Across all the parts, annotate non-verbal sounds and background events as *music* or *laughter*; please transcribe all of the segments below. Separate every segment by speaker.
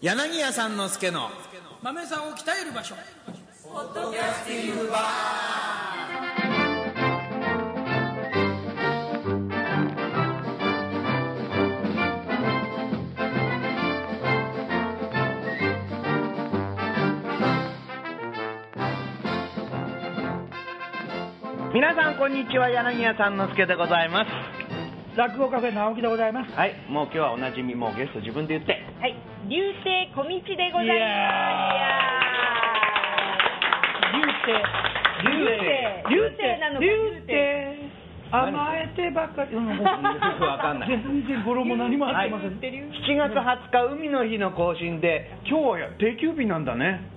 Speaker 1: 柳家さんの助の
Speaker 2: 豆さんを鍛える場所
Speaker 1: 皆さんこんにちは柳家さんの助でございます
Speaker 2: 落語カフェの青木でございます
Speaker 1: はいもう今日はおなじみもうゲスト自分で言って
Speaker 3: はい、流星小道でございます。
Speaker 2: イ
Speaker 3: い
Speaker 2: エーイ
Speaker 3: やー流
Speaker 2: 流
Speaker 3: 星、流星なのか
Speaker 2: 流星甘えてばっかり、うん、わ
Speaker 1: かんない
Speaker 2: 全然語呂も何も合ってません、
Speaker 1: 7月20日海の日の更新で今日はや定休日なんだね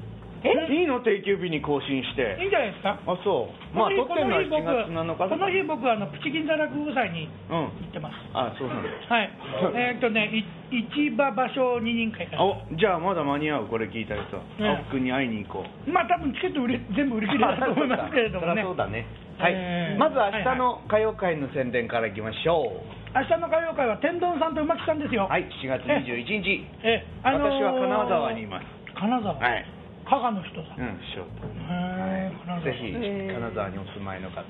Speaker 1: えいいの定休日に更新し
Speaker 2: いい
Speaker 1: て
Speaker 2: んじゃないですか
Speaker 1: あそうまあ撮ってるのは7月7日だ
Speaker 2: この日僕この日僕あのプチ銀座落語祭に
Speaker 1: うん
Speaker 2: 行ってます
Speaker 1: あそうなんだ
Speaker 2: はいえーっとねい市場場所二人会から
Speaker 1: おじゃあまだ間に合うこれ聞いたやつは
Speaker 2: うん
Speaker 1: 青木君に会いに行こう
Speaker 2: まあ多分チケット売れ全部売り切れだと思いますけれどもね
Speaker 1: そりゃそうだねはい、
Speaker 2: えー
Speaker 1: まずは明日の歌謡会の宣伝からいきましょう
Speaker 2: 明日の歌謡会は天丼さんとうまきさんですよ
Speaker 1: はい7月21日
Speaker 2: ええあのー
Speaker 1: 私は金沢にいます
Speaker 2: 金沢、
Speaker 1: はい
Speaker 2: 加賀の人さ
Speaker 1: う
Speaker 2: ん、へ
Speaker 1: ん師匠と
Speaker 2: え金沢
Speaker 1: ぜひ金沢にお住まいの方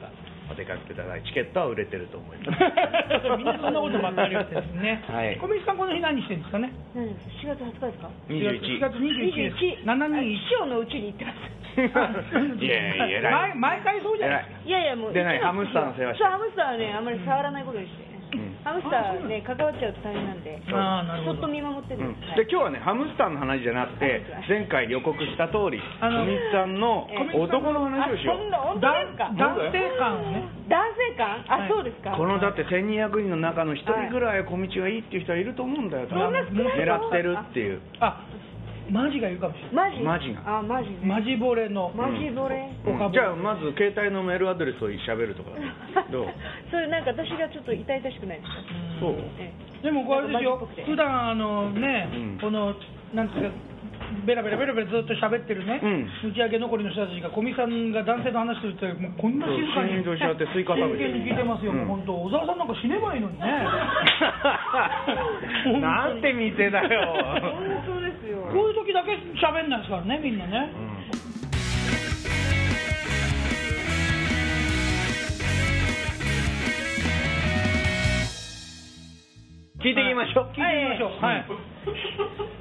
Speaker 1: お出かけくださいチケットは売れてると思
Speaker 2: *laughs*
Speaker 1: います
Speaker 2: みんなそんなことばっかり言ってですね、
Speaker 1: はい
Speaker 2: 小道さんこの日何してるんですかね
Speaker 3: 何4月20日ですか
Speaker 2: 4月
Speaker 1: 21
Speaker 2: 21
Speaker 3: 21
Speaker 2: 721
Speaker 3: 一生のうちに行ってま
Speaker 1: いやいや
Speaker 2: *laughs*
Speaker 1: 偉い
Speaker 2: 毎毎回そうじゃない
Speaker 1: 偉
Speaker 3: すいやいやもう
Speaker 1: 出ない
Speaker 3: 一生うち
Speaker 1: ハムス
Speaker 3: に
Speaker 1: ターの世話して
Speaker 3: そうハムスターはねあんまり触らないことにして、
Speaker 1: ん
Speaker 3: ハムスターね関わっちゃうと大変なんで
Speaker 1: そう
Speaker 2: ああなる
Speaker 3: そ
Speaker 2: ほ
Speaker 3: っと
Speaker 2: ど
Speaker 3: 見守って
Speaker 1: う
Speaker 3: る
Speaker 1: ん
Speaker 3: んです、
Speaker 1: で今日はねハムスターの話じゃなくて前回予告した通り
Speaker 2: あの
Speaker 1: 小西さんの
Speaker 3: えー
Speaker 1: 男の話をしよ
Speaker 3: あそん
Speaker 1: う
Speaker 3: な本当ですか
Speaker 2: だ男性感をね
Speaker 3: 男性感
Speaker 2: はい
Speaker 3: あそうですか
Speaker 1: このだって1200人の中の1人ぐらい小道がいいっていう人はいると思うんだよ、
Speaker 2: そんな少ない
Speaker 1: 狙ってるっていう
Speaker 2: あマジが言うかもしれない
Speaker 3: マジ
Speaker 1: マジな
Speaker 3: あマジね
Speaker 2: マジボレの
Speaker 3: マジボレ、
Speaker 2: うん
Speaker 1: じゃあまず携帯のメールアドレスをしゃべ
Speaker 2: *laughs*
Speaker 1: るとかどう
Speaker 3: それなんか私がちょっと痛々しくないですか、
Speaker 1: *laughs* そう
Speaker 3: え
Speaker 2: でもこれですよ
Speaker 3: なんかマジっぽくて
Speaker 2: 普段あのね、
Speaker 1: うん
Speaker 2: このなんていうかベラベラベラベラずっと喋ってるね、
Speaker 1: う
Speaker 2: 打ち上げ残りの人たちが古見さんが男性の話するってもうこんな静かに
Speaker 1: そう真剣にしてスイカ食べてる
Speaker 2: 真剣に聞いてますよ、
Speaker 1: うん
Speaker 2: もう本当小沢さんなんか死ねばいいの
Speaker 1: *laughs*
Speaker 2: にね
Speaker 1: なんて店だよ、
Speaker 3: え本当ですよ
Speaker 2: こういう時だけ喋んないですからねみんなね、
Speaker 1: 聞いていきましょう、
Speaker 2: 聞いてみましょうはい、
Speaker 3: はい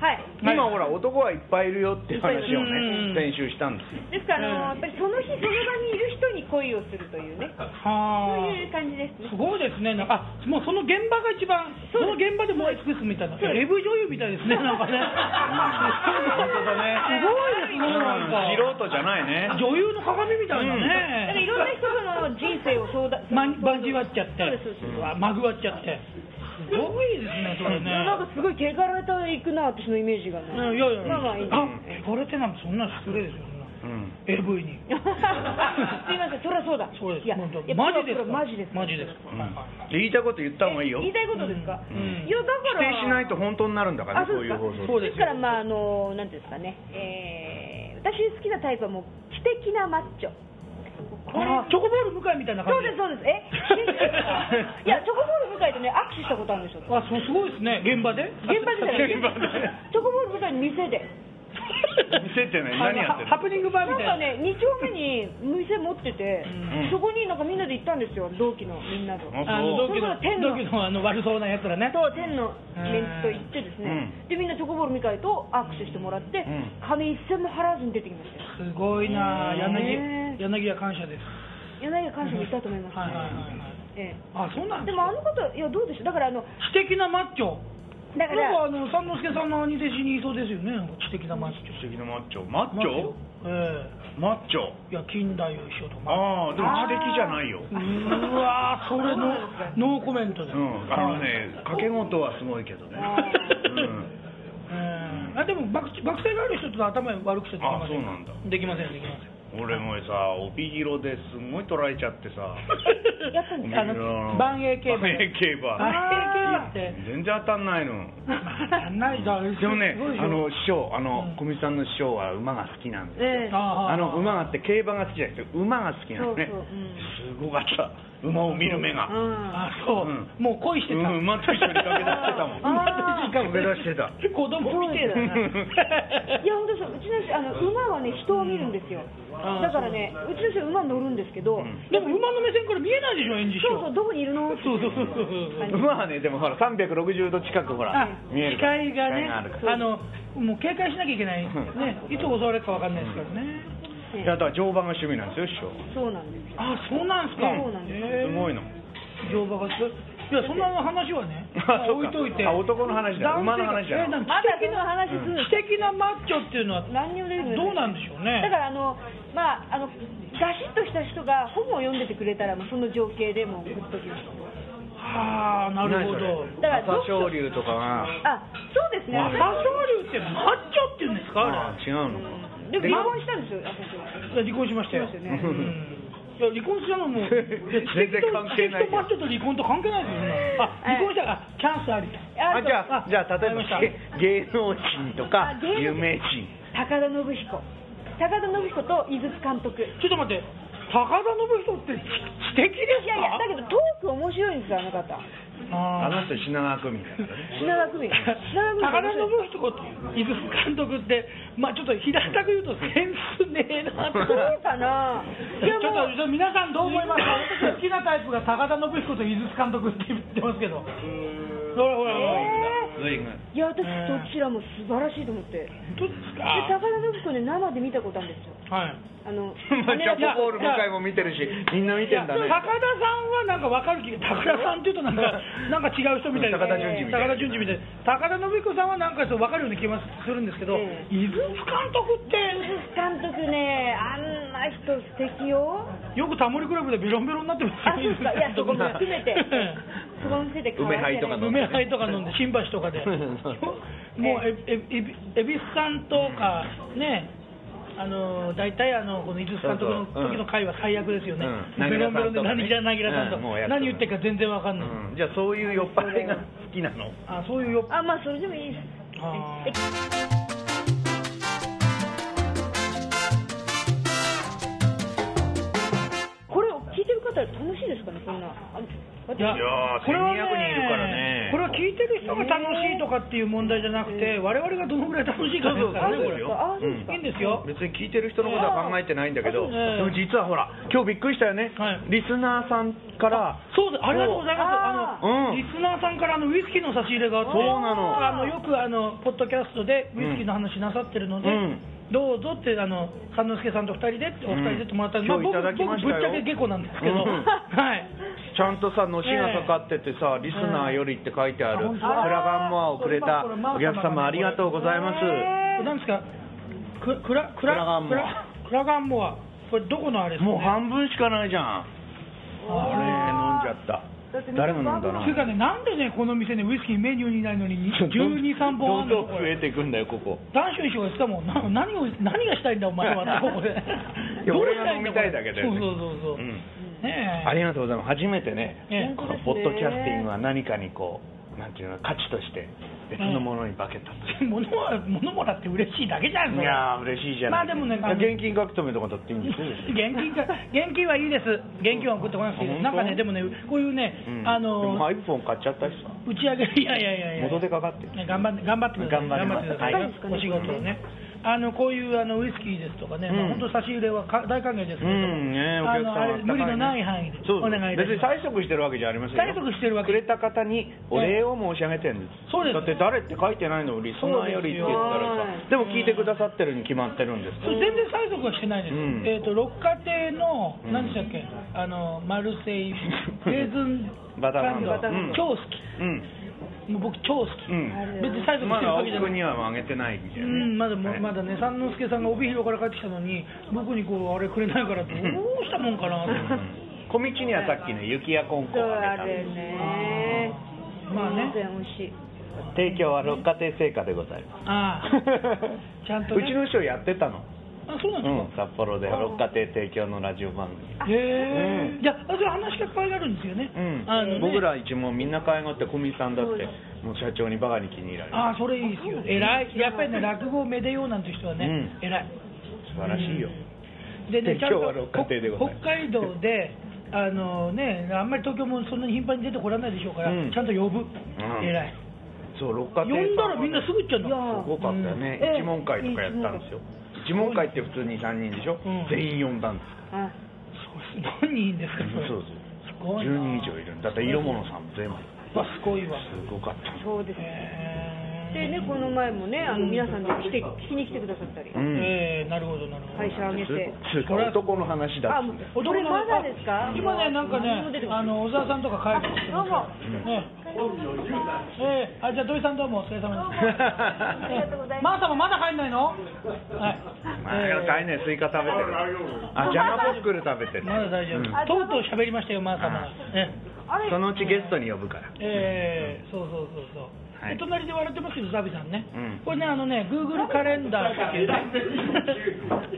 Speaker 2: はい
Speaker 1: 今ほら男はいっぱいいるよっていう話を
Speaker 2: うん
Speaker 1: ね先週したんですよ
Speaker 3: ですから、あのやっぱりその日その場にいる人に恋をするというね、そう
Speaker 2: はあ
Speaker 3: いう感じです
Speaker 2: す。
Speaker 3: ね
Speaker 2: ごいですね、なんかあもうその現場が一番、その現場で燃え尽くすみたいな、エブ女優みたいです
Speaker 3: *laughs*
Speaker 2: ね、なんかね、
Speaker 1: 本当だね
Speaker 2: すごいですね、なんか、
Speaker 1: 素人じゃないね
Speaker 2: 女優の鏡みたいな
Speaker 3: だからい
Speaker 2: ね、
Speaker 3: ろんな人との人生を相談、
Speaker 2: ままじわっちゃって
Speaker 3: そうですそう
Speaker 2: う
Speaker 3: です、
Speaker 2: わまぐわっちゃって、すごいですね、それね。
Speaker 3: なんかすごい汚れていくな、私のイメージがね。
Speaker 2: うんいやいや、
Speaker 3: まあまあいいんです
Speaker 2: あ汚れてなんかそんな失礼ですよ、
Speaker 1: うん
Speaker 2: エブ
Speaker 3: *laughs*
Speaker 2: に。
Speaker 3: すいません、そりゃそうだ。
Speaker 2: そうです、
Speaker 3: いや、
Speaker 2: 本当
Speaker 3: いや
Speaker 2: マジですか
Speaker 3: プロマジです。
Speaker 2: マジです
Speaker 1: うん言いたいこと言った方がいいよ
Speaker 3: 言いたいことですか。
Speaker 2: ん
Speaker 3: いやだ
Speaker 1: 否
Speaker 3: から。
Speaker 1: 定しないと本当になるんだから
Speaker 3: あ
Speaker 1: ね
Speaker 3: そ
Speaker 1: そうういう
Speaker 3: ですか
Speaker 1: 放送
Speaker 2: そう
Speaker 3: で
Speaker 2: ですす
Speaker 3: か
Speaker 2: よ
Speaker 3: らまああのなんていうんですかね、えー、私好きなタイプはもう知的なマッチョ。これ
Speaker 2: あチョコボール向井みたいな感
Speaker 3: そう
Speaker 2: じ
Speaker 3: ですそうです。え、いやチョコボール向かいとね握手したことあるんでしょ。
Speaker 2: あそうすごいですね現場で
Speaker 3: 現場でじゃない。
Speaker 1: 現場で
Speaker 3: チョコボール向かいの店で。
Speaker 1: 見せてない何やってる
Speaker 2: ハプニングバ
Speaker 3: な
Speaker 2: ーみ
Speaker 3: ん
Speaker 2: たいな
Speaker 3: かね2丁目に店持ってて、
Speaker 1: ん
Speaker 3: そこになんかみんなで行ったんですよ同期のみんなと。
Speaker 1: あ
Speaker 2: あの
Speaker 1: そう
Speaker 2: 同期の
Speaker 3: 天の
Speaker 2: 同期のあの悪そうなやつらね
Speaker 3: と天のメンツと行ってですね、でみんなチョコボールみかいと握手してもらって、
Speaker 1: ん
Speaker 3: 金一銭も払わずに出てきましたよ
Speaker 2: すごいな
Speaker 3: ね
Speaker 2: 柳柳は感謝です
Speaker 3: 柳家感謝も行ったと思います、
Speaker 2: はいはいはい
Speaker 3: ええ
Speaker 2: はいあそうなん
Speaker 3: で
Speaker 2: だ
Speaker 3: もあの方いやどうでしょうだからあの
Speaker 2: 知的なマッチョ
Speaker 3: だか
Speaker 2: なんからあの三之助さんの兄弟子にいそうですよねなんか知的なマッチョ
Speaker 1: 次のマッチョマッチョ
Speaker 2: え
Speaker 1: マッチョ
Speaker 2: えいや金太夫師匠とか
Speaker 1: ああでも知的じゃないよ
Speaker 2: うーわーそれのノーコメントで
Speaker 1: うんあのね掛け事はすごいけどねうん
Speaker 2: うんあでも爆爆性がある人と頭悪くしてできま
Speaker 1: あ
Speaker 2: せん
Speaker 1: そうなんだ
Speaker 2: できませんできません
Speaker 1: 俺もさ帯広ですごい取られちゃってさ
Speaker 2: *laughs*
Speaker 3: やったんですか
Speaker 2: あの万栄競馬
Speaker 1: 万栄競馬
Speaker 2: 万栄競馬って
Speaker 1: 全然当たんないの
Speaker 2: やんないじゃん
Speaker 1: でもね
Speaker 2: すごいでしょ
Speaker 1: あの師匠あ
Speaker 2: う
Speaker 1: の
Speaker 2: ん
Speaker 1: 小道さんの師匠は馬が好きなんですよ
Speaker 3: ええ
Speaker 2: あー
Speaker 1: あの馬があって競馬が好きじゃなくて馬が好きなのね
Speaker 3: そうそう
Speaker 1: す
Speaker 3: うん
Speaker 1: ごかった馬を見る目が
Speaker 3: う。ん
Speaker 2: あそう、
Speaker 1: うん
Speaker 2: もう恋してた、
Speaker 1: うん馬と一緒に駆け出してたもん
Speaker 2: 馬と一緒に駆け出
Speaker 1: 駆け出 *laughs* して
Speaker 2: た子供 *laughs* みてえだな
Speaker 3: いや本当そううちの人あの馬はね人を見るんですよ
Speaker 2: あー
Speaker 3: だからねうちの人馬乗るんですけど、
Speaker 1: ん
Speaker 2: でも馬の目線から見えないでしょ演じ師
Speaker 3: そうそうどこにいるのって
Speaker 2: そうそうそうそう
Speaker 1: *laughs*
Speaker 3: 感じ
Speaker 1: 馬はね、でもほら、360度近くほら
Speaker 2: あ、
Speaker 1: 見え
Speaker 2: 視
Speaker 1: るから。
Speaker 2: 界がね
Speaker 1: 視あるから
Speaker 2: あのもう警戒しなきゃいけない、ね
Speaker 1: う、
Speaker 2: いつ襲われるかわかんないですからね、
Speaker 1: であとは乗馬が趣味なんですよ、師匠。
Speaker 3: そうなんですよ
Speaker 2: あそうなんすか、
Speaker 3: そうなんです
Speaker 2: へー
Speaker 1: すごいの。
Speaker 2: 乗馬がすいやそんな話はね
Speaker 1: あそうか
Speaker 2: 置いといて
Speaker 1: あ男の話じゃない馬の話じゃない
Speaker 2: まだ
Speaker 3: 私の話する
Speaker 2: 知的なマッチョっていうのは
Speaker 3: 何にも出てくる
Speaker 2: どうなんでしょうね
Speaker 3: だからあのまああのガシッとした人が本を読んでてくれたらもうその情景でもうグッときます
Speaker 2: はあなるほど
Speaker 3: だから
Speaker 1: 朝青龍とかが。
Speaker 3: あそうですね
Speaker 1: まあ
Speaker 2: 朝青龍ってマッチョっていうんですかあ
Speaker 1: あ
Speaker 2: れ
Speaker 1: 違うのか。
Speaker 3: でも離婚したんですよ朝青龍
Speaker 2: いや離婚しましたよ
Speaker 3: そうですよ
Speaker 2: う
Speaker 3: ね
Speaker 2: んいや離婚したのもいや
Speaker 1: 全然関係ない
Speaker 2: 知的とマッチョと離婚と関係ないですよねあ離婚したらあチャンスあり
Speaker 1: あじゃあ、じゃあ例え
Speaker 2: わか
Speaker 1: ば
Speaker 2: りまし
Speaker 1: 芸能人とか
Speaker 3: あ芸能人
Speaker 1: 有名人。
Speaker 3: 高田信彦高田信彦と井筒監督
Speaker 2: ちょっと待って高田信人って知的です
Speaker 3: いやい
Speaker 2: か
Speaker 3: やだけどトーク面白いんですよあの方
Speaker 1: あ
Speaker 2: あ
Speaker 1: の
Speaker 2: ー
Speaker 1: 人品川区民だからね。
Speaker 3: 品川組品
Speaker 2: 高
Speaker 3: 川
Speaker 2: 田
Speaker 3: 組
Speaker 2: 信彦と伊豆監督って、まあ、ちょっと平たく言うと、センスねえなと。
Speaker 3: そうかな
Speaker 2: ち
Speaker 3: い
Speaker 2: ょ
Speaker 3: や
Speaker 2: っと
Speaker 3: もう
Speaker 2: ちょっと皆さんどう思いますか好きなタイプが高田信彦と伊豆監督って言ってますけどほらほらほら、
Speaker 3: え
Speaker 1: 随分。
Speaker 3: ーいや私どちらも素晴らしいと思ってで
Speaker 2: どうですか
Speaker 3: 高田信彦ね生で見たことあるんですよ
Speaker 2: はい *laughs*
Speaker 3: あの
Speaker 1: まあ、チ
Speaker 3: 姉
Speaker 1: ョ
Speaker 3: が
Speaker 1: コボール向井も見てるし、みんな見てんだ
Speaker 2: い
Speaker 1: ね *laughs*
Speaker 2: や。高田さんはなんか分かる気が高田さんっていうとなんかなんか違う人みたいな
Speaker 1: 高田純次みたいな
Speaker 2: 高田純次みたいな高田信彦さんはなんかそう分かるような気がするんですけど、
Speaker 3: え
Speaker 2: 伊豆監督って
Speaker 3: 監督ねあんな人素
Speaker 2: *laughs*
Speaker 3: 敵よ
Speaker 2: よくタモリクラブでベロンベロンになってます
Speaker 3: あそうですかいやそこも含め
Speaker 2: *laughs*
Speaker 3: てそこも含めて可愛いじゃない
Speaker 1: 梅杯とか飲んで
Speaker 2: 梅杯とか飲んで新橋とかで *laughs* もうえええび恵比寿さんとかねあの大体あのこの伊豆監督の
Speaker 1: そうそううん
Speaker 2: 時の会は最悪ですよね、
Speaker 1: うん
Speaker 2: ベロンベロンで
Speaker 1: な
Speaker 2: 何
Speaker 1: ぎ
Speaker 2: じゃ
Speaker 1: らさんとかね
Speaker 2: なぎらさんと
Speaker 1: うんもうやっと
Speaker 2: 何言ってるか全然わかんない、
Speaker 1: うんじゃあ、そういう酔っ払いが好きなの。
Speaker 2: あそういうよ
Speaker 3: あまあそれでもいいです
Speaker 2: あー
Speaker 3: えこれを聞いてる方楽しいですかねこんなあ
Speaker 2: い
Speaker 1: いや
Speaker 2: や
Speaker 1: ー
Speaker 2: これはね
Speaker 1: 1200人いるからね
Speaker 2: これは聞いてる人が楽しいとかっていう問題じゃなくて、我々がどのぐらい楽しいかですからね
Speaker 1: そうそ
Speaker 2: こ
Speaker 1: う
Speaker 2: れ
Speaker 1: そう
Speaker 3: あそうですか
Speaker 2: いいんですよ
Speaker 1: 別に聞いてる人のことは考えてないんだけど、
Speaker 2: あ
Speaker 1: でも
Speaker 2: そうです
Speaker 1: 実はほら、今日びっくりしたよね
Speaker 2: はい、
Speaker 1: リスナーさんから、
Speaker 2: そうです、ありがとうございます。あ
Speaker 1: あーうん
Speaker 2: の、リスナーさんからあのウイスキーの差し入れがあって、
Speaker 1: そうなの
Speaker 2: あのよくあのポッドキャストでウイスキーの話なさってるの
Speaker 1: う
Speaker 2: で、
Speaker 1: ん
Speaker 2: どうぞってあの三之助さんと二人でってお二人でってもらったんで、
Speaker 1: うん今日いただきまし
Speaker 2: 僕僕ぶ
Speaker 1: た
Speaker 2: っ
Speaker 1: よ
Speaker 2: ちゃけ下戸なんですけ
Speaker 1: う
Speaker 2: ど、
Speaker 1: ん
Speaker 2: はい。
Speaker 1: ちゃんとさ、のしがかかっててさ、リスナーよりって書いてある、
Speaker 2: うん
Speaker 1: プラバンモアをくれたお客様、ありがとうございます。
Speaker 2: これなんですか、ククラクラ
Speaker 1: クラガンモア
Speaker 2: クラクラガンモア、これどこのあれですか、ね。
Speaker 1: もう半分しかないじゃん。あれ、飲んじゃった。誰が飲んだ
Speaker 2: と
Speaker 1: な。
Speaker 2: いうかね、なんでね、この店ね、ウイスキーメニューにないのに、12、3本ある
Speaker 1: どん
Speaker 2: の
Speaker 1: どん
Speaker 2: こ
Speaker 1: 増
Speaker 2: れ
Speaker 1: えていくんだよ、ここ。
Speaker 2: 男子の人が言ってたもん、な *laughs* 何を何がしたいんだ、お
Speaker 1: *laughs*
Speaker 2: 前はって、ここ
Speaker 1: い
Speaker 2: で。
Speaker 1: や
Speaker 2: どう
Speaker 1: 俺
Speaker 2: した
Speaker 1: が飲
Speaker 2: ん
Speaker 1: みたいだけだよね
Speaker 2: そうそうそうそう。
Speaker 1: うん
Speaker 2: ねえ。
Speaker 1: ありがとうございます。初めて
Speaker 2: ええ
Speaker 1: ね、このポ
Speaker 3: 本当ですね
Speaker 1: ッドキャスティングは何かにこう、なんていうの、価値として別のものに化けたという。
Speaker 2: 物は物もらって嬉しいだけじゃん。
Speaker 1: い
Speaker 2: それ
Speaker 1: やー、嬉しいじゃない。
Speaker 2: まあでもねあの
Speaker 1: 現金額止めとかだっていいんですよ。
Speaker 2: 現金か現金はいいです。現金は送ってこなくていいです。
Speaker 1: あ
Speaker 2: なん
Speaker 1: 本当
Speaker 2: かねでもねこういうね、
Speaker 1: うん
Speaker 2: あ
Speaker 1: でも
Speaker 2: の
Speaker 1: iPhone 買っちゃったしさ、
Speaker 2: 打ち上げい *laughs* やいやいやいや。
Speaker 1: 元手かかってる。
Speaker 2: ね頑張って頑張ってくださ
Speaker 1: 頑
Speaker 2: い。
Speaker 1: 張ります
Speaker 2: 頑張ってくださいお
Speaker 3: はい
Speaker 2: 仕事をね。あのこういうあのウイスキーですとかね、
Speaker 1: うん
Speaker 2: まあ本当差し入れはか大歓迎ですけ
Speaker 1: う
Speaker 2: れども、
Speaker 1: んね、お
Speaker 2: あ
Speaker 1: 客
Speaker 2: の
Speaker 1: 様
Speaker 2: あ
Speaker 1: あ
Speaker 2: れ
Speaker 1: ったかね
Speaker 2: 無理のない範囲で
Speaker 1: そう
Speaker 2: お願いいた
Speaker 1: 別
Speaker 2: し
Speaker 1: に
Speaker 2: ます。
Speaker 1: 催促してるわけじゃありませんよ
Speaker 2: 催促してるわけ
Speaker 1: くれた方にお礼を申し上げてるんです、
Speaker 2: そうです
Speaker 1: だって誰って書いてないのリスナーよりって言ったらさでも聞いてくださってるに決まってるんです
Speaker 2: それ全然催促はしてないです、
Speaker 1: うん
Speaker 2: えっ、と六花亭の
Speaker 1: うん
Speaker 2: 何でしたっけ、あのマル
Speaker 1: *laughs*
Speaker 2: セイユレーズン
Speaker 1: バターランド
Speaker 2: バターランド超好
Speaker 1: うん
Speaker 2: きもう僕超好き、
Speaker 1: うん
Speaker 2: 別に催促し
Speaker 1: ま
Speaker 2: てる
Speaker 1: だ
Speaker 2: わ
Speaker 1: 青
Speaker 2: け
Speaker 1: 木
Speaker 2: じゃない、
Speaker 1: 君にはあげてないみたいな、
Speaker 2: うん、まだも
Speaker 1: はい
Speaker 2: まだね、三之助さんが帯広から帰ってきたのに、僕にこうあれくれないから、どうしたもん
Speaker 1: *laughs*
Speaker 2: かなと
Speaker 1: う
Speaker 2: 思って
Speaker 1: ん小道にはさっきね雪やこんこ
Speaker 3: そう
Speaker 1: をあ
Speaker 3: あ
Speaker 1: げた
Speaker 3: れね
Speaker 2: まあね
Speaker 3: 全然美味しい
Speaker 1: 提供は六家庭製菓でございます
Speaker 2: ああ、ちゃんと
Speaker 1: *laughs*
Speaker 2: ね
Speaker 1: うちの師匠やってたの、
Speaker 2: あそうなんで
Speaker 1: うん
Speaker 2: す、か、
Speaker 1: 札幌で六家庭提供のラジオ番組
Speaker 2: へえ、じゃあ、それ話が変わるんですよね、
Speaker 1: うん
Speaker 2: あのね
Speaker 1: 僕ら一門みんな可愛がって小見さんだってもう社長にバカに気に入られる
Speaker 2: ああ、それいいですよ、偉い、やっぱりね、落語をめでようなんて人はね、
Speaker 1: うん
Speaker 2: 偉い。
Speaker 1: 素晴らしいよ、
Speaker 2: でね、
Speaker 1: で
Speaker 2: ちゃんと
Speaker 1: 今日は六花亭でございます
Speaker 2: 北北海道であのね、あんまり東京もそんなに頻繁に出てこられないでしょうから、
Speaker 1: うん
Speaker 2: ちゃんと呼ぶ、偉い、
Speaker 1: そう六
Speaker 2: 呼
Speaker 1: 花亭
Speaker 2: んだ
Speaker 1: さんは
Speaker 2: らみんなすぐ行っちゃう
Speaker 3: いやー
Speaker 2: の、
Speaker 1: すごかったよね、
Speaker 3: うん
Speaker 1: 一問会とかやったんですよ一問会って普通に3人でしょ、
Speaker 2: うん
Speaker 1: 全員呼んだんです
Speaker 3: あ
Speaker 2: そう何人いいんですか、それ
Speaker 1: そう
Speaker 2: すごいな、
Speaker 1: 10人以上いるんだだって色物さんも全部
Speaker 2: わすごいわ、
Speaker 1: すごかった
Speaker 3: そうですね
Speaker 2: えー
Speaker 3: でねこの前もねあの皆さんで来て聞きに来てくださったり、
Speaker 1: うん
Speaker 2: えーなるほど、なるほど。
Speaker 3: 会社挙げて
Speaker 1: つうか男の話だ
Speaker 3: あ
Speaker 1: っつう
Speaker 3: も
Speaker 1: ん
Speaker 3: う
Speaker 1: だよ
Speaker 3: これまだですか
Speaker 2: 今ね、なんかね
Speaker 3: 何も出て、こな
Speaker 2: あ
Speaker 3: い
Speaker 2: の小沢さんとか帰ってきてますか
Speaker 3: あ
Speaker 2: らね。えーあ、じゃあ土井さんどうもお疲れ様
Speaker 1: *laughs*
Speaker 2: でし
Speaker 3: あ
Speaker 2: た。
Speaker 3: りがとうござい
Speaker 2: マ
Speaker 3: ま
Speaker 2: ーサもまだ帰んないの？はい。
Speaker 1: まあ大ねスイカ食べてるあジャマポックル食べてる
Speaker 2: まだ大丈
Speaker 1: うん
Speaker 2: 夫。とうとう喋りましたよ、マーサも
Speaker 1: あ。
Speaker 2: ね
Speaker 3: すあれ
Speaker 1: そのうちゲストに呼ぶから
Speaker 2: えー、そうそうそうそう。
Speaker 1: はい
Speaker 2: で隣で笑ってますけど、ザビさんね、
Speaker 1: うん
Speaker 2: これね、あのね、Google カレンダーっていうね、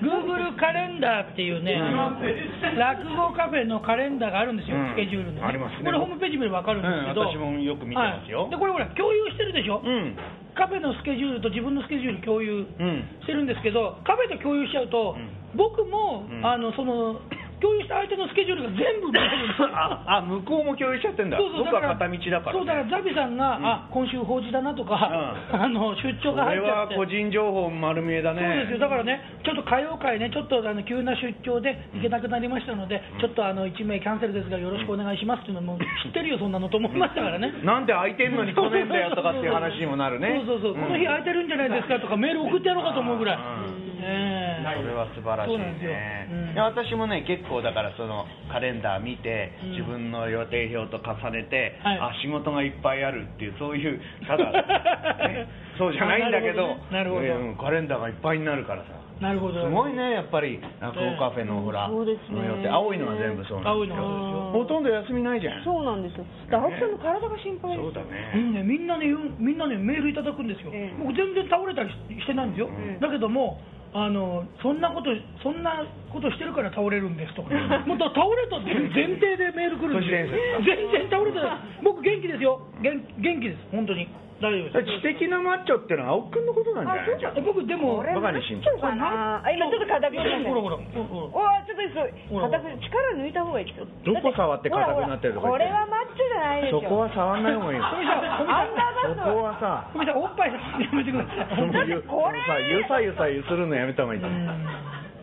Speaker 2: Google カレンダーっていうね、あの落語カフェのカレンダーがあるんですよ、
Speaker 1: うん
Speaker 2: スケジュールの、
Speaker 1: ありますね
Speaker 2: これ、ホームページ見れば分かるんですけど、
Speaker 1: うん私もよく見てますよ
Speaker 2: はいでこれ、ほら、共有してるでしょ、
Speaker 1: うん
Speaker 2: カフェのスケジュールと自分のスケジュール共
Speaker 1: う
Speaker 2: 有
Speaker 1: ん
Speaker 2: してるんですけど、カフェと共有しちゃうと、
Speaker 1: うん
Speaker 2: 僕も、
Speaker 1: うん
Speaker 2: あのその共有した相手のスケジュールが全部見えるんですよ。
Speaker 1: ああ向こうも共有しちゃってんだ
Speaker 2: そうそう
Speaker 1: 僕は片道だからね
Speaker 2: そうだからザビさんが、あ今週法事だなとか、
Speaker 1: ん
Speaker 2: *laughs* あの出張が
Speaker 1: こ
Speaker 2: 入
Speaker 1: れ
Speaker 2: っち
Speaker 1: は
Speaker 2: ゃって。
Speaker 1: 個人情報丸見えだ
Speaker 2: そ
Speaker 1: ね
Speaker 2: うですよだからね、ちょっと歌謡界ね、ちょっとあの急な出張で行けなくなりましたので、
Speaker 1: ん
Speaker 2: ちょっとあの1名キャンセルですが、よろしくお願いしますっていうのも、知ってるよ、そんなのと思いましたからね。
Speaker 1: なんで空いてんのに来ねえんだよとかっていう話にもなるね
Speaker 2: そうそうそう、この日空いてるんじゃないですかとか、メール送ってやろうかと思うぐらい、
Speaker 1: うん
Speaker 2: ねえ
Speaker 1: それは素晴らしい
Speaker 2: そうなんですよ
Speaker 1: ね、
Speaker 2: うん
Speaker 1: いや私もね結構だからそのカレンダー見て、
Speaker 2: うん
Speaker 1: 自分の予定表と重ねて、
Speaker 2: はい
Speaker 1: あ仕事がいっぱいあるっていうそういうただ、
Speaker 2: *laughs*
Speaker 1: ねそうじゃないんだけど
Speaker 2: なるほどねなるほど
Speaker 1: うんカレンダーがいっぱいになるからさ
Speaker 2: なるほど、
Speaker 1: すごいねやっぱり落語カフェのほら、
Speaker 3: そうですね
Speaker 1: の予定青いのは全部そうなん
Speaker 2: 青
Speaker 1: で
Speaker 2: い
Speaker 1: す
Speaker 2: の
Speaker 1: よ
Speaker 2: がそう
Speaker 1: ほとんど休みないじゃん
Speaker 3: そうなんですよだ青木さんの体が心配です
Speaker 1: そうだ
Speaker 2: う
Speaker 1: ね、
Speaker 2: んね、みんなね、うんみんなね、メールいただくんですよ、
Speaker 3: ええ
Speaker 2: 僕、全然倒れたりししてないんですよ、
Speaker 1: うん
Speaker 2: だけども、あのそんなこと、そんなことしてるから倒れるんですとか、もうだから倒れたっていう前提でメール来るんですよ、
Speaker 1: 都市
Speaker 2: 全然倒れてない、僕、元気ですよ、元元気です、本当に、大丈夫
Speaker 1: だ
Speaker 2: で
Speaker 1: か
Speaker 2: す
Speaker 1: ら。知的なマッチョっていうのは青木くんのことなんじゃない
Speaker 3: あそうじゃ
Speaker 2: え僕でも
Speaker 3: これ
Speaker 1: バカにしん
Speaker 3: なっちゃうかなあ今ちょっと硬くなっちゃった
Speaker 2: ほらほらほ
Speaker 3: おわちょっとです
Speaker 2: ほらほら
Speaker 3: 硬く力抜いた方がいいですよ
Speaker 1: どこ触って硬くなってるとか言って
Speaker 3: ほらほらこれはマッチョじゃないです
Speaker 1: そ
Speaker 3: よ
Speaker 1: こは触んない方がいいよ
Speaker 2: それじゃあ
Speaker 3: アンダー
Speaker 1: そ
Speaker 3: バ
Speaker 1: こ
Speaker 3: ー
Speaker 1: はさ
Speaker 2: ごめんなさい、おっぱい触るのやめてくださ
Speaker 1: その
Speaker 2: い。
Speaker 1: ゆ
Speaker 3: これ
Speaker 1: そのさゆさゆさゆするのやめた方がいいと思う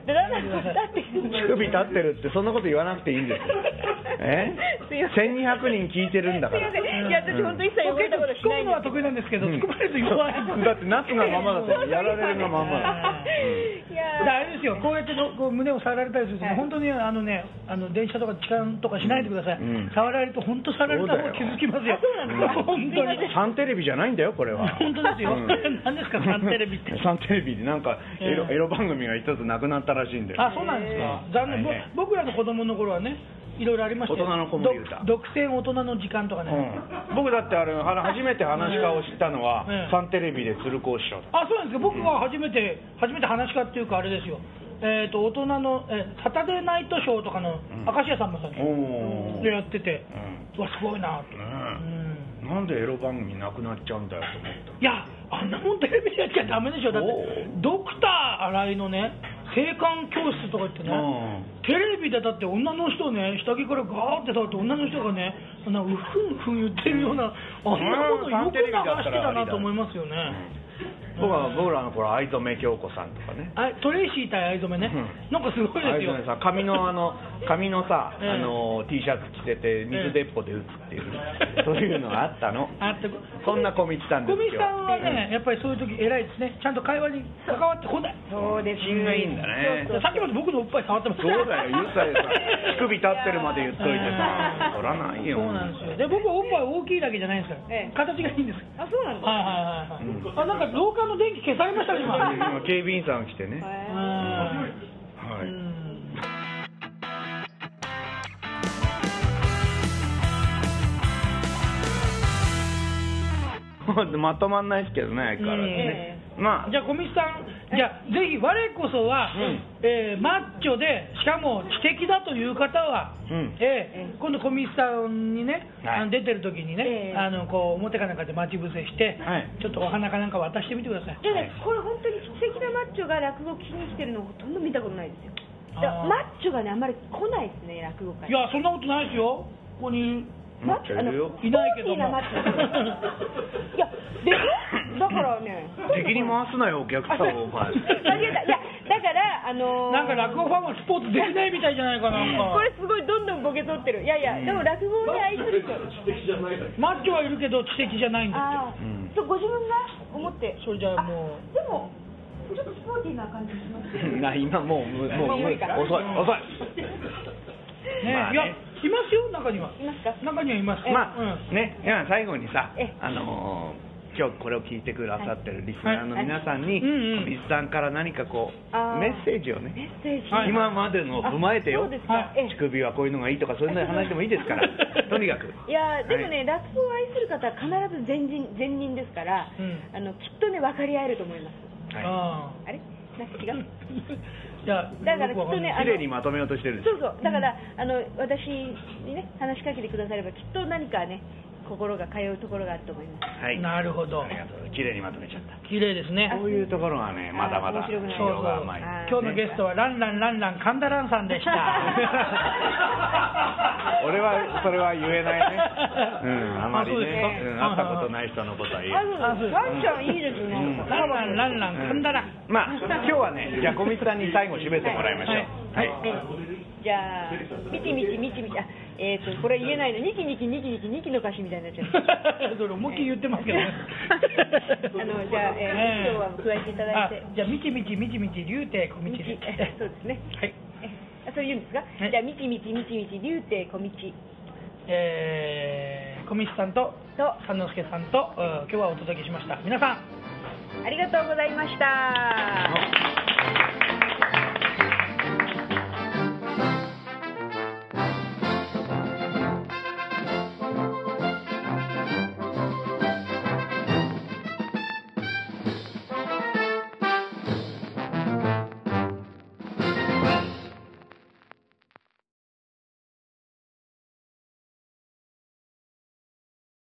Speaker 3: スだだだって
Speaker 1: 乳首立ってるってそんなこと言わなくていいんですよえ
Speaker 3: すいません
Speaker 1: 1200人聞いてるんだから
Speaker 3: すいませんいや私本当一切汚れたことし
Speaker 2: 突っ込む
Speaker 3: ない
Speaker 2: のは得意なんですけど、
Speaker 1: うん
Speaker 2: 突っ込まれると弱い。
Speaker 1: *laughs* だって夏がままだったらやられるがままだ
Speaker 3: い
Speaker 2: だか
Speaker 3: や
Speaker 2: らあれですよ、こうやってのこう胸を触られたりすると、
Speaker 3: はい
Speaker 2: 本当にあのね、あの電車とか痴漢とかしないでください、
Speaker 1: うん
Speaker 2: 触られると、本当触られた方が気づきますよ、
Speaker 3: そう
Speaker 2: 本当に、
Speaker 1: サンテレビじゃないんだよこれは
Speaker 2: 本当ですよ
Speaker 1: うん、
Speaker 2: 何ですか、サンテレビって、
Speaker 1: サンテレビでなんかエロ,、
Speaker 2: ええ
Speaker 1: エロ番組が一つなくなったらしいんだよ
Speaker 2: あそうなんですか、残念、ぼ
Speaker 1: はいはい
Speaker 2: 僕らの子供の頃はね、いろいろありましたよ、
Speaker 1: 大人の子守歌
Speaker 2: ど独占大人の時間とかね、
Speaker 1: うん、僕だってあれあの初めて話し家を知ったのは、
Speaker 2: ええ
Speaker 1: サンテレビで鶴光師匠だ
Speaker 2: あそうなんですか僕が初めて、初めて話し家っていうか、あれですよ、えー、と大人の、えーサタデーナイトショーとかの
Speaker 1: ん
Speaker 2: 明石家さんまさんで
Speaker 1: おー
Speaker 2: やってて、うわ、すごいなと。
Speaker 1: うんね
Speaker 2: うん
Speaker 1: えなんでエロ番組なくなっちゃうんだよと思った
Speaker 2: いや、あんなもんテレビでやっちゃダメでしょ、だって
Speaker 1: お、
Speaker 2: ドクター新井のね、性感教室とか言ってね、
Speaker 1: う
Speaker 2: テレビでだって女の人をね、下着からガーって触って、女の人がね、そんなうふんふん言ってるような、あんなことよく流してたなと思いますよね。
Speaker 1: 僕は僕らの頃藍染京子さんとかね
Speaker 2: あトレイシー対藍染めね、
Speaker 1: う
Speaker 2: なんかすごいです
Speaker 1: 藍
Speaker 2: よ
Speaker 1: 染。さん髪のあの髪のさ、
Speaker 2: ええ
Speaker 1: あの T シャツ着てて水鉄砲で打つっていう、
Speaker 2: *laughs*
Speaker 1: そういうのがあったの
Speaker 2: あって
Speaker 1: そんな小道さんです
Speaker 2: 小
Speaker 1: よ
Speaker 2: 見さんはね、やっぱりそういう時偉いですね、ちゃんと会話に関わってこない。
Speaker 3: そうです
Speaker 1: 品がいいんだね
Speaker 2: さっきまで僕のおっぱい触ってまし
Speaker 1: そ
Speaker 2: た
Speaker 1: うだよ言ったよさ
Speaker 2: *laughs*
Speaker 1: 乳首立ってるまで言っといてさ取らないよ
Speaker 2: そうなんですよ。で、僕はおっぱい大きいだけじゃないんですから、
Speaker 3: ええ
Speaker 2: 形がいいんです。
Speaker 3: あそうなんだ
Speaker 2: はいはいはいはい。あ、なんか廊下の電気消されましたね、今。
Speaker 1: 今警備員さんが来てね、は
Speaker 2: う
Speaker 1: い
Speaker 2: ん。
Speaker 1: まとまんないですけどね相変わらずね、まあ
Speaker 2: じゃあ、小道さん、じゃあ、ぜひ我こそは、
Speaker 1: うん
Speaker 2: えーマッチョで、しかも知的だという方は、
Speaker 1: うん
Speaker 2: えー今度、小道さんにね、
Speaker 1: はい
Speaker 2: あの出てる時にね、
Speaker 3: ええ
Speaker 2: あのこう表かなんかで待ち伏せして、
Speaker 1: はい
Speaker 2: ちょっとお花かなんか渡してみてください。
Speaker 3: でね、これ本当に素敵なマッチョが落語を聞きに来てるのほとんど見たことないですよ。だ
Speaker 2: あー
Speaker 3: マッチョがねあんまり来ないですね落語界
Speaker 2: いやそんなことないですよここにいる
Speaker 1: マッチョいるよ
Speaker 3: マッ
Speaker 2: い
Speaker 3: チョ
Speaker 2: ないけども
Speaker 3: スポーティーなマッチョいやでもだからね
Speaker 1: 敵に回すなよお客さんをお前
Speaker 3: 間違えたいやだからあのー
Speaker 2: なんか落語ファンはスポーツできないみたいじゃないかなんか
Speaker 3: これすごいどんどんボケ取ってるいやいやでも落語に愛する人
Speaker 2: マッチョはいるけど知的じゃないんだ
Speaker 3: ああ、
Speaker 1: うん
Speaker 3: そうご自分が思って
Speaker 2: それじゃあもう
Speaker 3: でもちょっとスポーティーな感じしますね
Speaker 1: *laughs* な今もうもうもう遅い遅い
Speaker 2: ね
Speaker 1: まあね
Speaker 2: いやいますよ中にはい
Speaker 3: ますか
Speaker 2: 中にはいます
Speaker 1: ま
Speaker 2: うん
Speaker 1: あね今最後にさ
Speaker 3: え
Speaker 1: あのー今日これを聞いてくださってるリスナーの皆さん
Speaker 2: はい
Speaker 1: に、
Speaker 2: うんうん
Speaker 1: 小水さんから何かこ
Speaker 3: あー
Speaker 1: うメッセージをね、
Speaker 3: メッセージ、
Speaker 2: はい
Speaker 1: 今までのを踏まえて
Speaker 3: あそ
Speaker 1: よ
Speaker 3: うですか
Speaker 2: はい
Speaker 3: ええ
Speaker 1: 乳首はこういうのがいいとかそういうの話でもいいですからとにかく
Speaker 3: いやーでもね、落語を愛する方は必ず全人全人ですから、
Speaker 2: うん
Speaker 3: あのきっとね分かり合えると思います
Speaker 1: はいは
Speaker 2: あ *laughs*
Speaker 3: あれなんか違う
Speaker 2: あいや
Speaker 3: だから
Speaker 2: よくわんない
Speaker 3: きっとねあの
Speaker 1: い綺麗にまとめようとしてるんで
Speaker 3: そうそうだから、あの私にね話しかけてくださればきっと何かね心が通うところがあると思います
Speaker 1: すはい
Speaker 2: なるほど
Speaker 1: ありがとう綺麗にまとめちゃった
Speaker 2: 綺麗ですね
Speaker 1: こういうところがねまだまだ
Speaker 3: 面白くない
Speaker 1: 色が甘い
Speaker 3: そうそう
Speaker 2: 今日のゲストはランランランラン神田ランさんでした
Speaker 1: *laughs* 俺はそれは言え
Speaker 2: *laughs*
Speaker 1: ないねうんあまりね
Speaker 2: あそうですか
Speaker 1: うん会ったことない人のことは言えない
Speaker 3: あ
Speaker 2: あそ
Speaker 3: そう
Speaker 2: う
Speaker 3: サンちゃんいいですね、
Speaker 1: うん
Speaker 2: ランランランラン神田ラン
Speaker 1: まあ今日はねじゃあ小水さんに最後締めてもらいましょうはい
Speaker 3: じゃあ、みちみちみちみち、あえっ、と、これ言えないの、ニキニキニキニキニキの歌詞みたいになっちゃう。
Speaker 2: *laughs* それ思いっきり言ってますけどね
Speaker 3: *laughs* あの、じゃあ、
Speaker 2: *laughs*
Speaker 3: えー、今日は加えていただいて。
Speaker 2: あじゃあみちみちみちみち竜亭小道
Speaker 3: み
Speaker 2: で
Speaker 3: ち
Speaker 2: す、
Speaker 3: えそうですね。
Speaker 2: はい
Speaker 3: あ、そう言うんですか。
Speaker 2: い
Speaker 3: じゃあ、みちみちみちみち、竜亭小道
Speaker 2: えー、小道さんと
Speaker 3: と、
Speaker 2: 三之助さんとうん今日はお届けしました皆さん
Speaker 3: ありがとうございました。